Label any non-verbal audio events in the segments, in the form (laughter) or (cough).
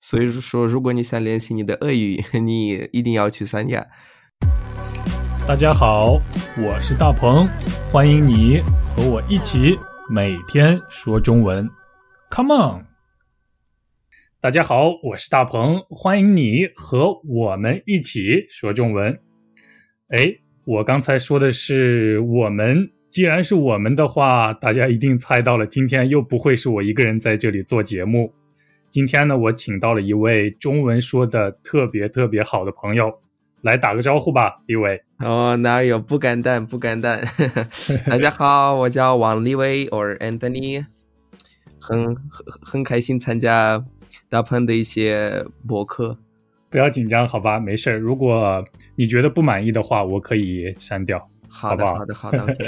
所以说，如果你想练习你的俄语， (laughs) 你也一定要去三亚。大家好，我是大鹏，欢迎你和我一起每天说中文，Come on！大家好，我是大鹏，欢迎你和我们一起说中文。哎，我刚才说的是我们，既然是我们的话，大家一定猜到了，今天又不会是我一个人在这里做节目。今天呢，我请到了一位中文说的特别特别好的朋友，来打个招呼吧，李伟。哦，哪有不敢当，不敢当。 (laughs) 大家好，我叫王立伟，or Anthony，很很很开心参加大鹏的一些博客。不要紧张，好吧，没事儿。如果你觉得不满意的话，我可以删掉。好的，好的，好的。好的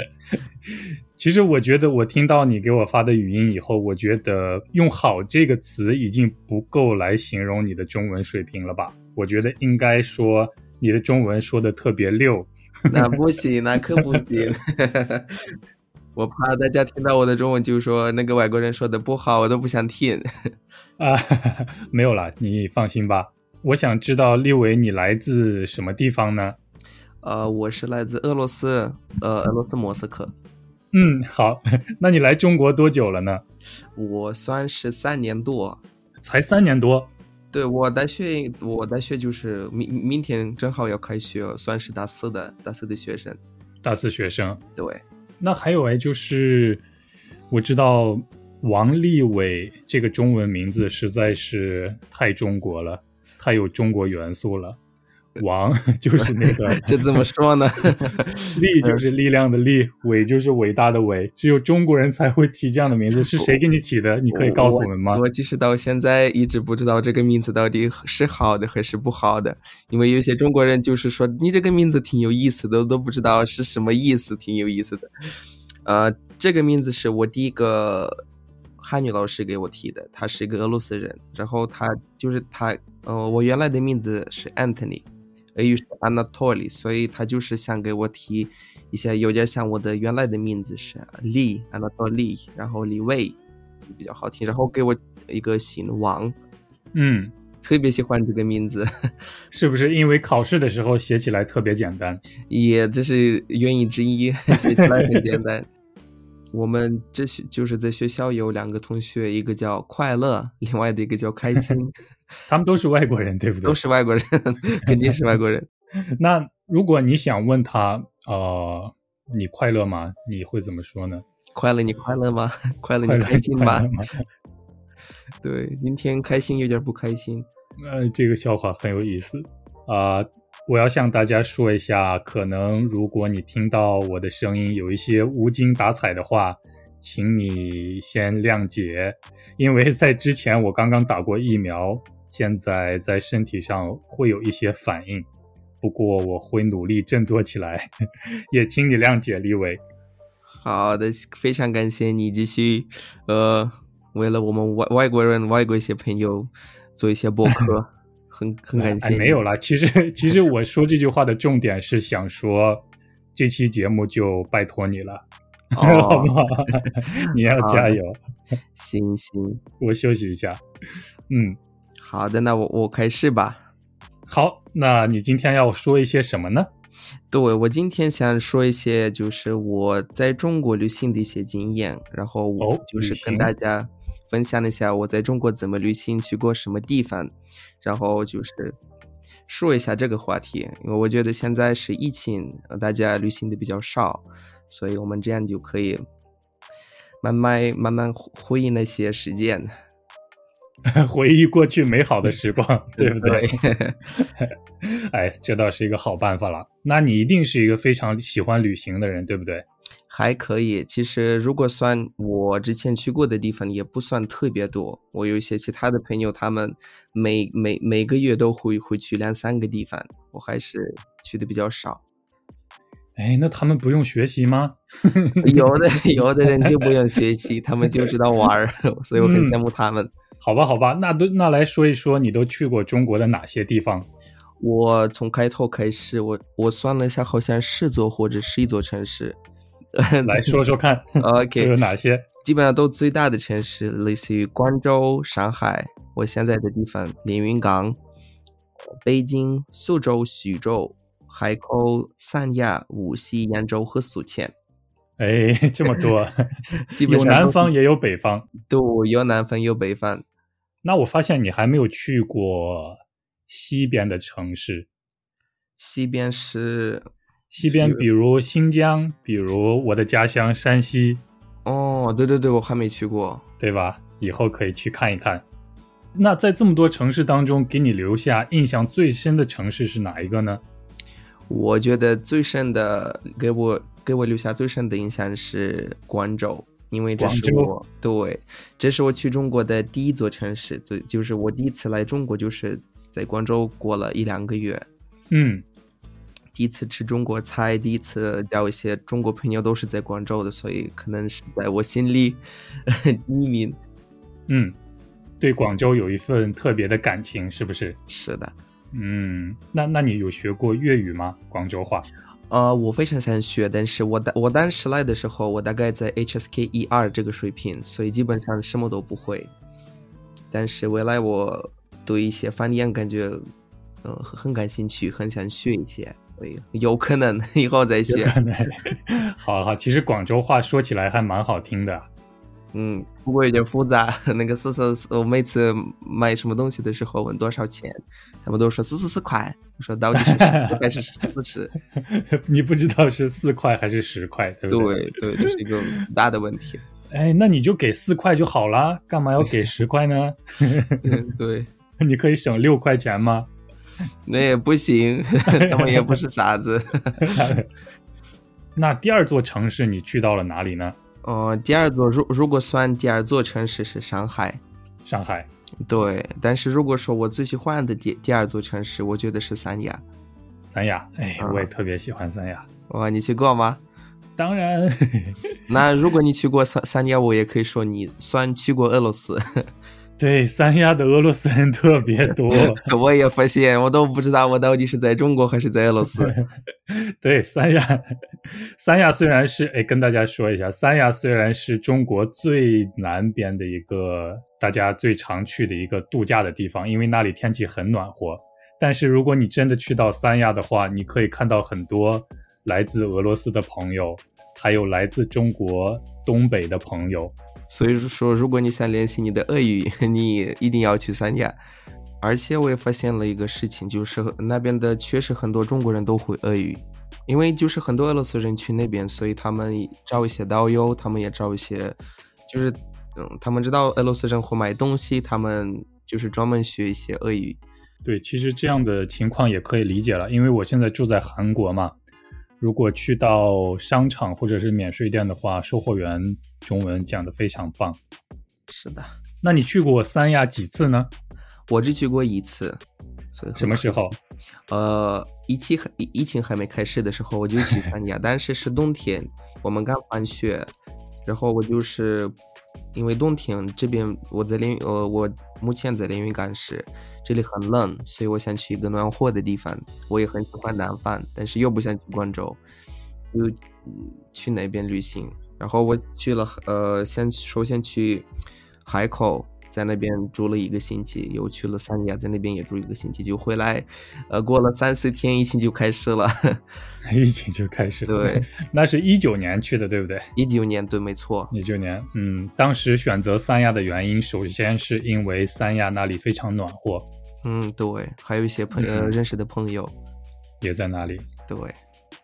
其实我觉得，我听到你给我发的语音以后，我觉得用“好”这个词已经不够来形容你的中文水平了吧？我觉得应该说你的中文说的特别溜。那不行，那可不行。 (laughs) 我怕大家听到我的中文就说那个外国人说的不好，我都不想听。啊， (laughs) 没有啦，你放心吧。我想知道立伟，你来自什么地方呢？呃，我是来自俄罗斯，呃，俄罗斯莫斯科。嗯，好， (laughs) 那你来中国多久了呢？我算是三年多，才三年多。对我大学，我大学就是明明天正好要开学，算是大四的，大四的学生。大四学生，对。那还有哎，就是我知道王立伟这个中文名字实在是太中国了，太有中国元素了。 (laughs) 王就是那个，这怎么说呢？力就是力量的力，伟就是伟大的伟，只有中国人才会起这样的名字。是谁给你起的？你可以告诉我们吗？我其实到现在一直不知道这个名字到底是好的还是不好的，因为有些中国人就是说你这个名字挺有意思的，都不知道是什么意思，挺有意思的。呃，这个名字是我第一个。汉语老师给我提的，他是一个俄罗斯人，然后他就是他，呃，我原来的名字是 Anthony。俄语是 Anatoly，所以他就是想给我提一些有点像我的原来的名字是 Lee Anatoly，然后李卫比较好听，然后给我一个姓王，嗯，特别喜欢这个名字， (laughs) 是不是因为考试的时候写起来特别简单？也这是原因之一， (laughs) 写起来很简单。我们这学就是在学校有两个同学，一个叫快乐，另外的一个叫开心。 (laughs) 他们都是外国人，对不对？都是外国人，肯定是外国人。那如果你想问他，呃，你快乐吗？你会怎么说呢？快乐，你快乐吗？ (laughs) 快乐，你开心吗？对，今天开心有点不开心。 (laughs) 呃，这个笑话很有意思啊、呃！我要向大家说一下，可能如果你听到我的声音有一些无精打采的话。请你先谅解，因为在之前我刚刚打过疫苗，现在在身体上会有一些反应，不过我会努力振作起来， (laughs) 也请你谅解，李伟。好的，非常感谢你继续，呃，为了我们外外国人、外国一些朋友做一些播 (laughs) 客，很很感谢、哎。没有啦，其实其实我说这句话的重点是想说，这期节目就拜托你了。哦 (laughs) 好 (laughs) 不好？你要加油。行行，我休息一下。嗯，好的，那我我开始吧。好，那你今天要说一些什么呢？ (laughs) 对我今天想说一些，就是我在中国旅行的一些经验，然后我就是跟大家分享一下我在中国怎么旅行，去过什么地方，然后就是说一下这个话题，因为我觉得现在是疫情，呃大家旅行的比较少。所以我们这样就可以慢慢慢慢回忆那些时间，回忆过去美好的时 (laughs) 光，对不对？ (laughs) 哎，这倒是一个好办法了。那你一定是一个非常喜欢旅行的人，对不对？还可以。其实如果算我之前去过的地方，也不算特别多。我有一些其他的朋友，他们每每每个月都会会去两三个地方，我还是去的比较少。哎，那他们不用学习吗？有的有的人就不用学习，他们就知道玩儿， (laughs) 所以我很羡慕他们。嗯、好吧，好吧，那都那来说一说，你都去过中国的哪些地方？我从开头开始，我我算了一下，好像十座或者十一座城市。 (laughs) 来说说看，OK，有哪些？基本上都最大的城市，类似于广州、上海、我现在的地方连云港、北京、苏州、徐州、海口、三亚、无锡、扬州和宿迁。哎，这么多， (laughs) 基本有上南都方也有北方。对，有南方有北方。那我发现你还没有去过西边的城市，西边是西边比如新疆，比如我的家乡山西，哦，对对对，我还没去过。对吧？以后可以去看一看。那在这么多城市当中，给你留下印象最深的城市是哪一个呢？我觉得最深的给我给我留下最深的印象是广州，因为这是广州我对，这是我去中国的第一座城市，对，就是我第一次来中国就是在广州过了一两个月，嗯，第一次吃中国菜，第一次交一些中国朋友都是在广州的，所以可能是在我心里 (laughs) 第一名。嗯，对广州有一份特别的感情，是不是？是的，嗯，那那你有学过粤语吗？广州话？呃，我非常想学，但是我当我当时来的时候，我大概在 HSK 一二这个水平，所以基本上什么都不会。但是未来我对一些方言感觉，嗯、很很感兴趣，很想学一些，所以有可能以后再学。 (laughs) 对，好好，其实广州话说起来还蛮好听的。 (laughs) 嗯，不过有点复杂。那个四四四，我每次买什么东西的时候问多少钱，他们都说四四四块，我说到底是10还是四十？你不知道是四块还是十块，对不对？对对，这是一个大的问题。哎，那你就给四块就好啦，干嘛要给十块呢？ (laughs) 嗯，对。你可以省六块钱吗？ (laughs) 那也不行，他们也不是傻子。那第二座城市你去到了哪里呢？哦，第二座如如果算第二座城市是上海，上海。对。但是如果说我最喜欢的第第二座城市，我觉得是三亚。三亚，哎，嗯我也特别喜欢三亚。哇，你去过吗？当然， (laughs) 那如果你去过三三亚，我也可以说你算去过俄罗斯。 (laughs) 对三亚的俄罗斯人特别多。我也发现，我都不知道我到底是在中国还是在俄罗斯。对三亚，三亚虽然是哎，跟大家说一下，三亚虽然是中国最南边的一个大家最常去的一个度假的地方，因为那里天气很暖和。但是如果你真的去到三亚的话，你可以看到很多来自俄罗斯的朋友，还有来自中国东北的朋友。所以说，如果你想练习你的俄语， (laughs) 你一定要去三亚。而且我也发现了一个事情，就是那边的确实很多中国人都会俄语，因为就是很多俄罗斯人去那边，所以他们招一些导游，他们也招一些，就是嗯，他们知道俄罗斯人会买东西，他们就是专门学一些俄语。对，其实这样的情况也可以理解了，因为我现在住在韩国嘛。如果去到商场或者是免税店的话，售货员中文讲的非常棒。是的，那你去过三亚几次呢？我只去过一次，所以很什么时候？ (laughs) 呃，疫情还疫情还没开始的时候，我就去参加，但是是冬天，我们刚放学，然后我就是因为冬天这边我在连云呃我目前在连云港市，这里很冷，所以我想去一个暖和的地方。我也很喜欢南方，但是又不想去广州，就嗯去那边旅行。然后我去了呃，先首先去海口，在那边住了一个星期，又去了三亚，在那边也住一个星期，就回来，呃，过了三四天，疫情就开始了。 (laughs) 疫情就开始了。 (laughs) 对，那是一九年去的，对不对？一九年，对，没错，一九年，嗯，当时选择三亚的原因，首先是因为三亚那里非常暖和，嗯，对，还有一些朋友、呃嗯认识的朋友，也在那里。对，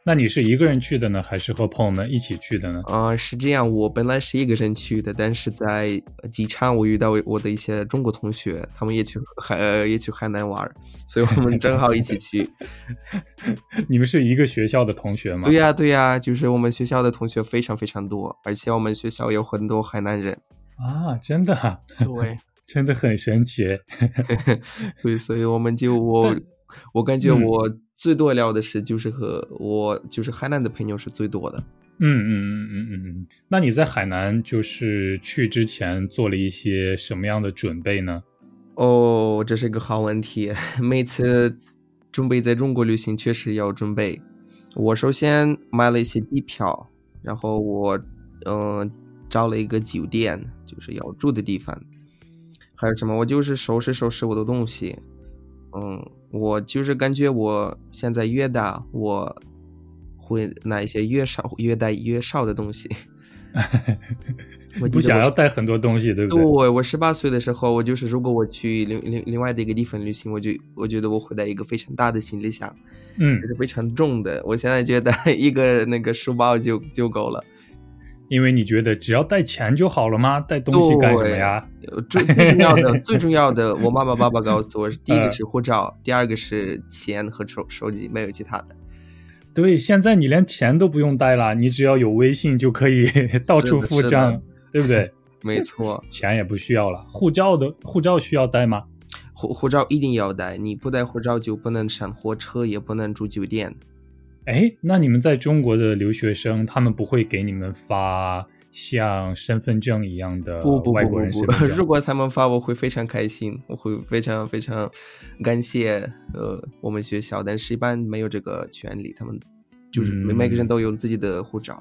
那你是一个人去的呢，还是和朋友们一起去的呢？ (laughs) 呃，是这样，我本来是一个人去的，但是在机场我遇到我的一些中国同学，他们也去海、呃、也去海南玩儿，所以我们正好一起去。你们是一个学校的同学吗？对呀、对呀、就是我们学校的同学非常非常多，而且我们学校有很多海南人。啊，真的啊，对，真的很神奇。对，所以我们就我但我感觉嗯我最多聊的是就是和我就是海南的朋友是最多的。嗯嗯嗯嗯嗯嗯。那你在海南就是去之前做了一些什么样的准备呢？哦，这是个好问题。每次准备在中国旅行，确实要准备。我首先买了一些机票，然后我嗯、呃找了一个酒店，就是要住的地方。还有什么？我就是收拾收拾我的东西。嗯，我就是感觉我现在越大，我会拿一些越少、越带越少的东西。 (laughs) 我不想要带很多东西，对不对？对，我十八岁的时候，我就是如果我去另另另外的一个地方旅行，我就我觉得我会带一个非常大的行李箱，嗯，就是非常重的。我现在觉得 (laughs) 一个那个书包就就够了。因为你觉得只要带钱就好了吗？带东西干什么呀？呃最重要的，最重要的，我妈妈、爸爸告诉我，第一嗯个是护照，呃、第二个是钱和手手机，没有其他的。对，现在你连钱都不用带了，你只要有微信就可以 (laughs) 到处付账，对不对？没错，钱也不需要了。护照的护照需要带吗？护护照一定要带，你不带护照就不能上火车，也不能住酒店。哎，那你们在中国的留学生，他们不会给你们发像身份证一样的不不呃外国人不不， (laughs) 如果他们发，我会非常开心，我会非常非常感谢呃我们学校，但是一般没有这个权利，他们就是嗯每每个人都有自己的护照。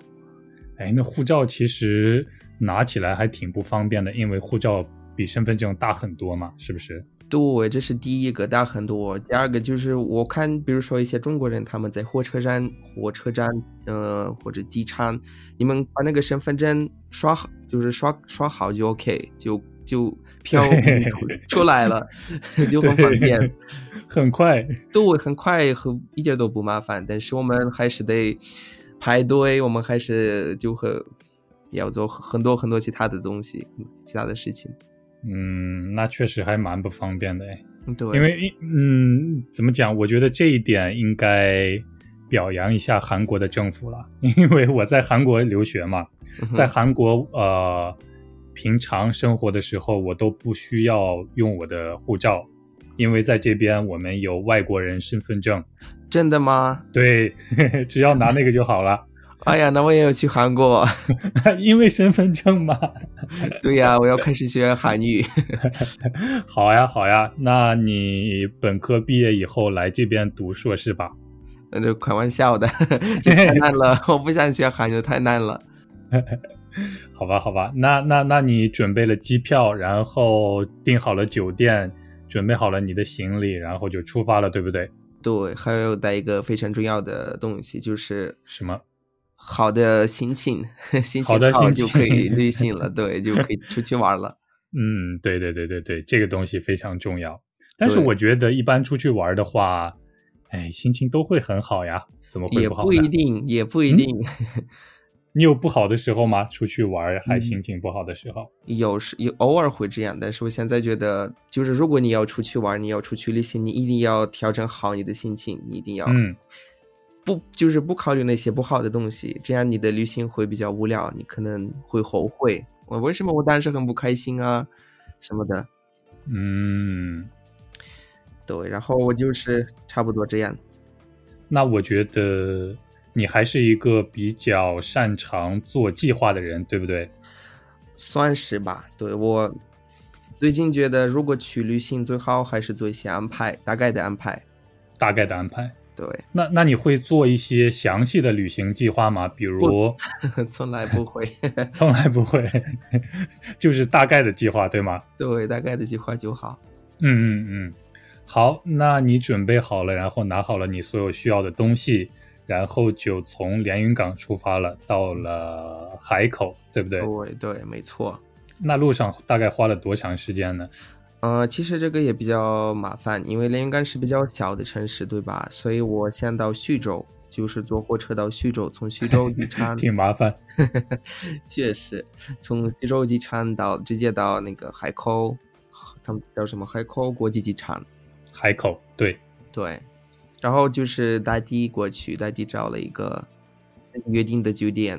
哎、嗯，那护照其实拿起来还挺不方便的，因为护照比身份证大很多嘛，是不是？对，这是第一个大很多。第二个就是我看，比如说一些中国人，他们在火车站、火车站，呃，或者机场，你们把那个身份证刷好，就是刷刷好就 OK，就就 (laughs) 飘出来了， (laughs) 就很方便，很快。对，很快和一点都不麻烦。但是我们还是得排队，我们还是就和要做很多很多其他的东西，其他的事情。嗯，那确实还蛮不方便的哎。对，因为嗯，怎么讲？我觉得这一点应该表扬一下韩国的政府了，因为我在韩国留学嘛，嗯在韩国呃，平常生活的时候我都不需要用我的护照，因为在这边我们有外国人身份证。真的吗？对， (laughs) 呵呵只要拿那个就好了。 (laughs) 哎呀，那我也有去韩国， (laughs) 因为身份证嘛。 (laughs) 对呀、啊，我要开始学韩语。 (laughs) 好呀，好呀，那你本科毕业以后来这边读硕士吧？那就开玩笑的， (laughs) 这太难了， (laughs) 我不想学韩语，太难了。好吧，好吧，那那那你准备了机票，然后订好了酒店，准备好了你的行李，然后就出发了，对不对？对，还有带一个非常重要的东西，就是什么？好的心情， (laughs) 心情好就可 (laughs) 以旅行了，对，就可以出去玩了。嗯，对对对对对，这个东西非常重要。但是我觉得一般出去玩的话，哎，心情都会很好呀，怎么会不好？也不一定，也不一定。嗯、你有不好的时候吗？出去玩还心情不好的时候？嗯、有时有偶尔会这样，但是我现在觉得，就是如果你要出去玩，你要出去旅行，你一定要调整好你的心情，你一定要嗯。不就是不考虑那些不好的东西，这样你的旅行会比较无聊，你可能会后悔。我为什么我当时很不开心啊，什么的。嗯，对，然后我就是差不多这样。那我觉得你还是一个比较擅长做计划的人，对不对？算是吧。对我最近觉得，如果去旅行，最好还是做一些安排，大概的安排，大概的安排。对， (laughs) 那那你会做一些详细的旅行计划吗？(laughs) 比如，从来不会， (laughs) 从来不会， (laughs) 就是大概的计划，对吗？对，大概的计划就好。嗯嗯嗯，好，那你准备好了，然后拿好了你所有需要的东西，然后就从连云港出发了，到了海口，对不对？对对，没错。那路上大概花了多长时间呢？呃，其实这个也比较麻烦，因为连云港是比较小的城市，对吧？所以我先到徐州，就是坐火车到徐州，从徐州机 (laughs) 场挺麻烦，确实，从徐州机场到直接到那个海口，他们叫什么海口国际机场，海口对对，然后就是代地过去，代地找了一个约定的酒店，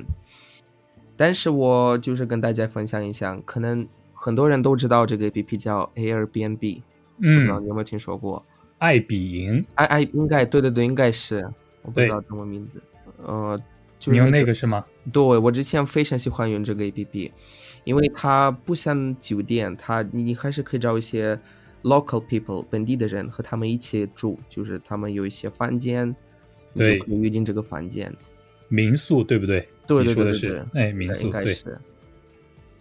但是我就是跟大家分享一下，可能。很多人都知道这个 APP 叫 Airbnb，嗯，不知道你有没有听说过？爱彼迎，爱爱应该对对对，应该是，我不知道中文名字，呃，就是、那个、你用那个是吗？对，我之前非常喜欢用这个 APP，因为它不像酒店，它你还是可以找一些 local people 本地的人和他们一起住，就是他们有一些房间，对，你预定这个房间，民宿对不对？对对对对对，哎，民宿应该是。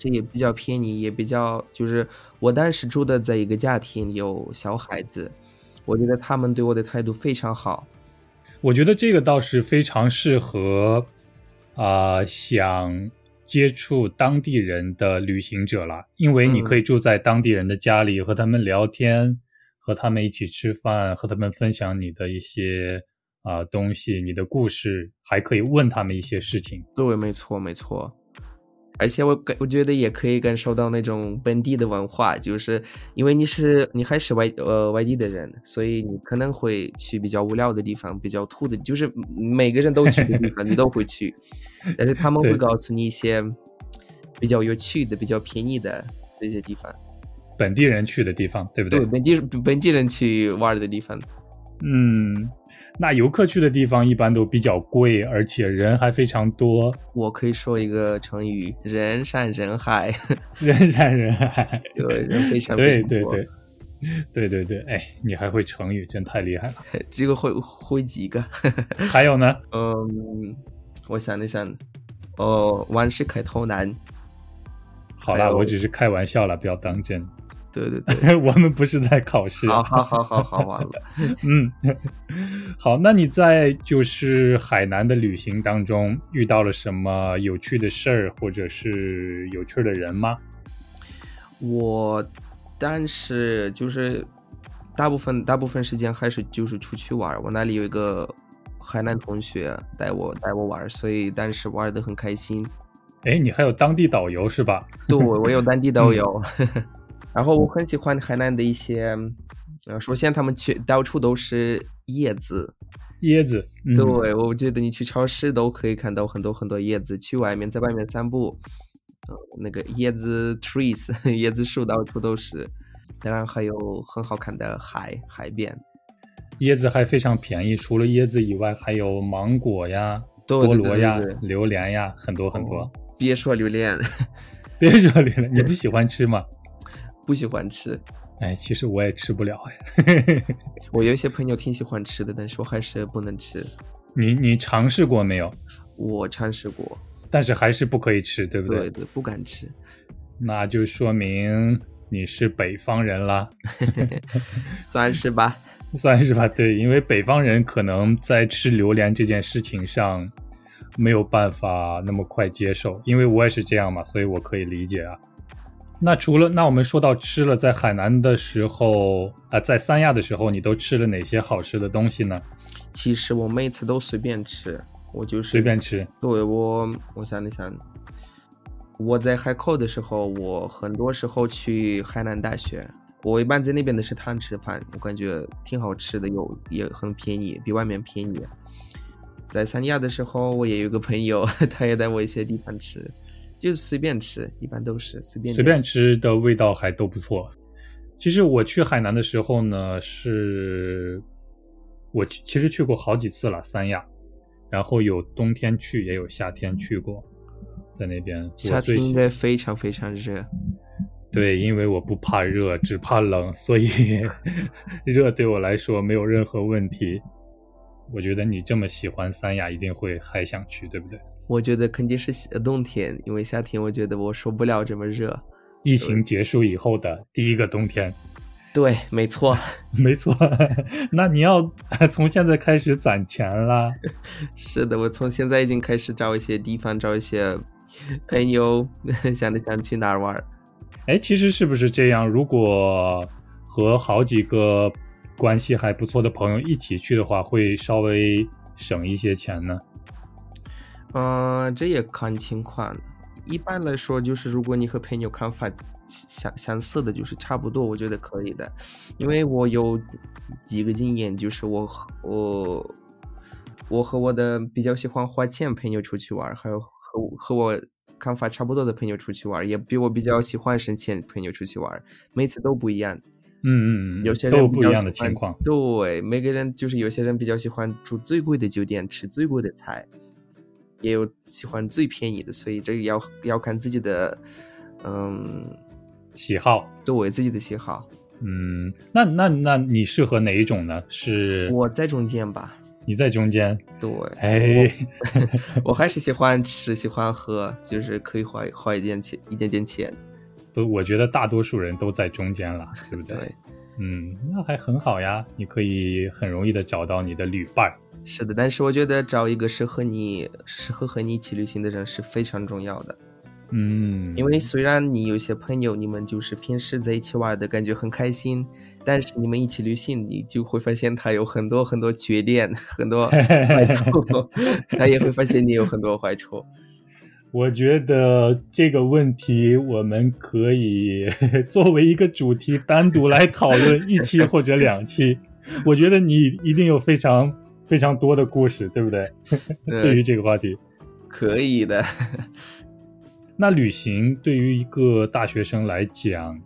这也比较便宜，也比较就是我当时住的在一个家庭有小孩子，我觉得他们对我的态度非常好。我觉得这个倒是非常适合啊、呃想接触当地人的旅行者啦，因为你嗯可以住在当地人的家里，和他们聊天，和他们一起吃饭，和他们分享你的一些啊、东西，你的故事，还可以问他们一些事情。对，没错，没错。而且我感我觉得也可以感受到那种本地的文化，就是因为你是你还是外呃外地的人，所以你可能会去比较无聊的地方，比较土的，就是每个人都去的地方你都会 (laughs) 去，但是他们会对告诉你一些比较有趣的、比较便宜的这些地方，本地人去的地方，对不对本地本地人去玩的地方，嗯，那游客去的地方一般都比较贵，而且人还非常多，我可以说一个成语“人山人海 (laughs) 人山人海。”，对，人非常非对常对多对，对对对，哎，你还会成语，真太厉害了。这个会会几个？ (laughs) 还有呢，嗯，我想了想，哦，万事开头难，好还啦，有我只是开玩笑啦，不要当真。 (laughs) 对对对，我们 (laughs) 不是啊在考试。好好好好好，完了。嗯， (laughs) 好，那你在就是海南的旅行当中遇到了什么有趣的事儿，或者是有趣的人吗？我但是就是大部分大部分时间还是就是出去玩儿，我那里有一个海南同学带我带我玩儿，所以当时玩的很开心。哎，你还有当地导游是吧？对，我有当地导游， (laughs) 然后我很喜欢海南的一些，呃，首先他们去到处都是叶子，椰子，嗯、对，我觉得你去超市都可以看到很多很多叶子，去外面在外面散步，呃，那个椰子 trees (laughs) 椰子树到处都是，当然还有很好看的海海边，椰子还非常便宜，除了椰子以外，还有芒果呀、对菠对对萝呀对对，、哦榴莲呀，很多很多。别说榴莲， (laughs) 别说榴莲，你不喜欢吃吗？不喜欢吃，哎，其实我也吃不了哎。我有一些朋友挺喜欢吃的，但是我还是不能吃，你你尝试过没有？我尝试过，但是还是不可以吃，对不对对，不敢吃，那就说明你是北方人啦， (laughs) 算是吧，算是吧？对，因为北方人可能在吃榴莲这件事情上没有办法那么快接受，因为我也是这样嘛，所以我可以理解啊。那除了那我们说到吃了，在海南的时候啊、在三亚的时候，你都吃了哪些好吃的东西呢？其实我每次都随便吃，我就是随便吃，对我，我想了想，我在海口的时候，我很多时候去海南大学，我一般在那边的食堂吃饭，我感觉挺好吃的，有也很便宜，比外面便宜。在三亚的时候，我也有个朋友， (laughs) 他也带我一些地方吃，就随便吃，一般都是随便随点便吃的味道还都不错。其实我去海南的时候呢，是我去其实去过好几次了，三亚，然后有冬天去，也有夏天去过，在那边。夏我最天应喜该非常非常热，对，因为我不怕热，只怕冷，所以 (laughs) 热对我来说没有任何问题。我觉得你这么喜欢三亚，一定会还想去，对不对？我觉得肯定是夏冬天，因为夏天我觉得我受不了这么热。疫情结束以后的第一个冬天，对，没错， (laughs) 没错，那你要 (laughs) 从现在开始攒钱 (laughs) 啦。是的，我从现在已经开始找一些地方，找一些朋友， (laughs) 想着想去哪儿玩儿。哎，其实是不是这样？如果和好几个关系还不错的朋友一起去的话，会稍微省一些钱呢？嗯、这也看情况。一般来说，就是如果你和朋友看法相相似的，就是差不多，我觉得可以的。因为我有几个经验，就是我和我我和我的比较喜欢花钱朋友出去玩儿，还有和我和我看法差不多的朋友出去玩儿，也比我比较喜欢省钱的朋友出去玩儿，每次都不一样。嗯嗯嗯，有些都人有比不一较样喜的情欢况。对，每个人就是有些人比较喜欢住最贵的酒店，吃最贵的菜，也有喜欢最便宜的，所以这个要要看自己的，嗯，喜好。对自己的喜好。嗯，那那那你适合哪一种呢？是我在中间吧，你在中间， (laughs) 对，哎，我还是喜欢吃，喜欢喝，就是可以花花一点钱，一点点钱。不， (laughs) 我觉得大多数人都在中 (laughs) 间了，对不对？对，嗯，那还很好呀，你可以很容易的找到你的旅伴儿。是的，但是我觉得找一个适合你、适合和你一起旅行的人是非常重要的。嗯，因为虽然你有些朋友，你们就是平时在一起玩的感觉很开心，但是你们一起旅行，你就会发现他有很多很多缺点，很多坏处，他也会发现你有很多坏处。我觉得这个问题我们可以 (laughs) 作为一个主题单独来讨论一期或者两期。 (laughs) 我觉得你一定有非常非常多的故事，对不对？ (laughs) 对于这个话题，嗯可以的， (laughs) 那旅行对于一个大学生来讲，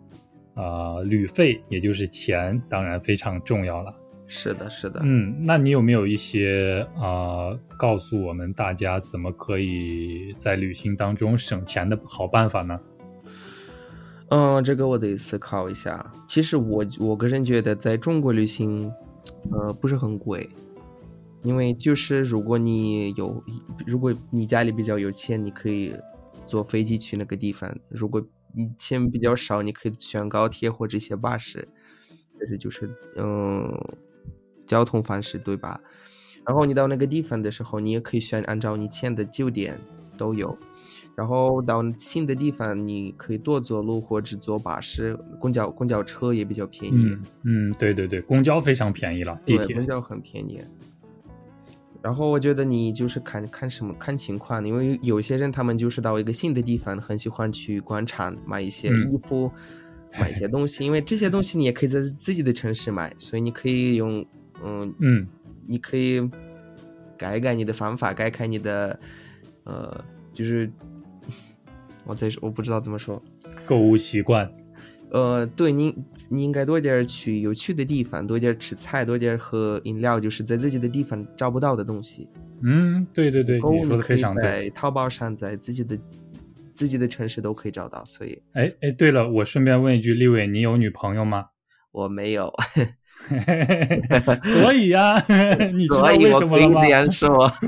啊、旅费也就是钱，当然非常重要了。是的，是的。嗯，那你有没有一些啊、告诉我们大家怎么可以在旅行当中省钱的好办法呢？嗯，这个我得思考一下。其实我我个人觉得，在中国旅行，呃，不是很贵，因为就是如果你有，如果你家里比较有钱，你可以坐飞机去那个地方；如果你钱比较少，你可以选高铁或者一些巴士，这是就是嗯交通方式，对吧？然后你到那个地方的时候，你也可以选按照你签的酒店都有。然后到新的地方，你可以多走路或者坐巴士、公交公交车也比较便宜。嗯嗯，对对对，公交非常便宜了，地对，铁公交很便宜。然后我觉得你就是看看什么看情况，因为有些人他们就是到一个新的地方，很喜欢去广场买一些嗯衣服，买一些东西，因为这些东西你也可以在自己的城市买，所以你可以用嗯，嗯你可以改一改你的方法，改改你的呃，就是我在我不知道怎么说，购物习惯。呃，对，你你应该多点儿去有趣的地方，多点儿吃菜，多点儿喝饮料，就是在自己的地方找不到的东西。嗯，对对对，购物你说你的可非以常对。在淘宝上，在自己的自己的城市都可以找到。所以哎哎，对了，我顺便问一句，立伟，你有女朋友吗？ (laughs) 我没有，所 (laughs) 以呀、你知道所以为我什么可以了吗这？样说， (laughs)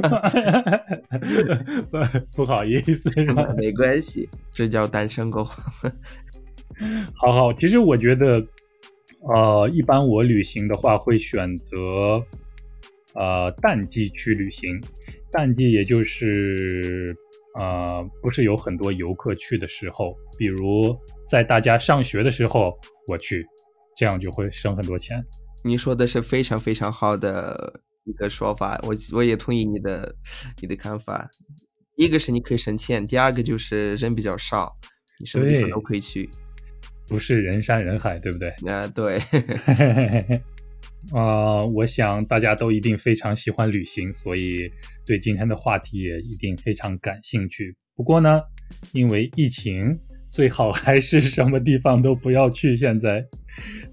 不 (laughs) 不好意思，没关系，这叫单身狗。好好，其实我觉得，呃，一般我旅行的话会选择，呃，淡季去旅行。淡季也就是，呃，不是有很多游客去的时候，比如在大家上学的时候我去，这样就会省很多钱。你说的是非常非常好的一个说法，我我也同意你的你的看法。一个是你可以省钱，第二个就是人比较少，你什么地方对都可以去。不是人山人海，对不对？啊、对， (laughs) (laughs) 啊、我想大家都一定非常喜欢旅行，所以对今天的话题也一定非常感兴趣。不过呢，因为疫情，最好还是什么地方都不要去。现在，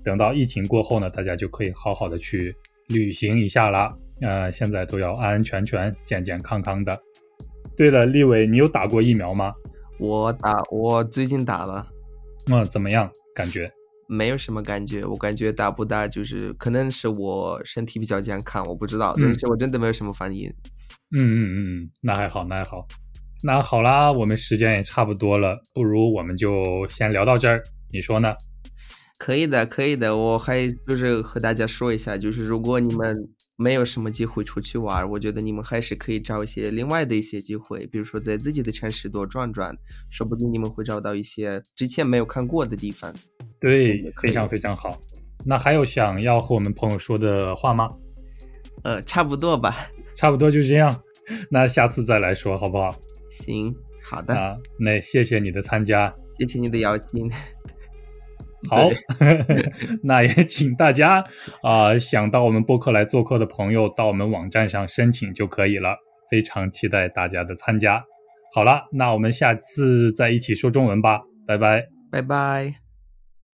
等到疫情过后呢，大家就可以好好的去旅行一下啦。呃，现在都要安安全全、健健康康的。对了，立伟，你有打过疫苗吗？我打我最近打了，嗯，怎么样？感觉？没有什么感觉，我感觉打不打就是可能是我身体比较健康，我不知道，嗯但是我真的没有什么反应。嗯嗯嗯，嗯，那还好，那还好。那好啦，我们时间也差不多了，不如我们就先聊到这儿，你说呢？可以的，可以的，我还就是和大家说一下，就是如果你们没有什么机会出去玩，我觉得你们还是可以找一些另外的一些机会，比如说在自己的城市多转转，说不定你们会找到一些之前没有看过的地方。对嗯，可以非常非常好。那还有想要和我们朋友说的话吗？呃，差不多吧，差不多就这样，那下次再来说好不好？行，好的，啊，那谢谢你的参加。谢谢你的邀请。 (laughs) 好， (laughs) 那也请大家啊、想到我们播客来做客的朋友，到我们网站上申请就可以了。非常期待大家的参加。好了，那我们下次再一起说中文吧，拜拜。拜拜。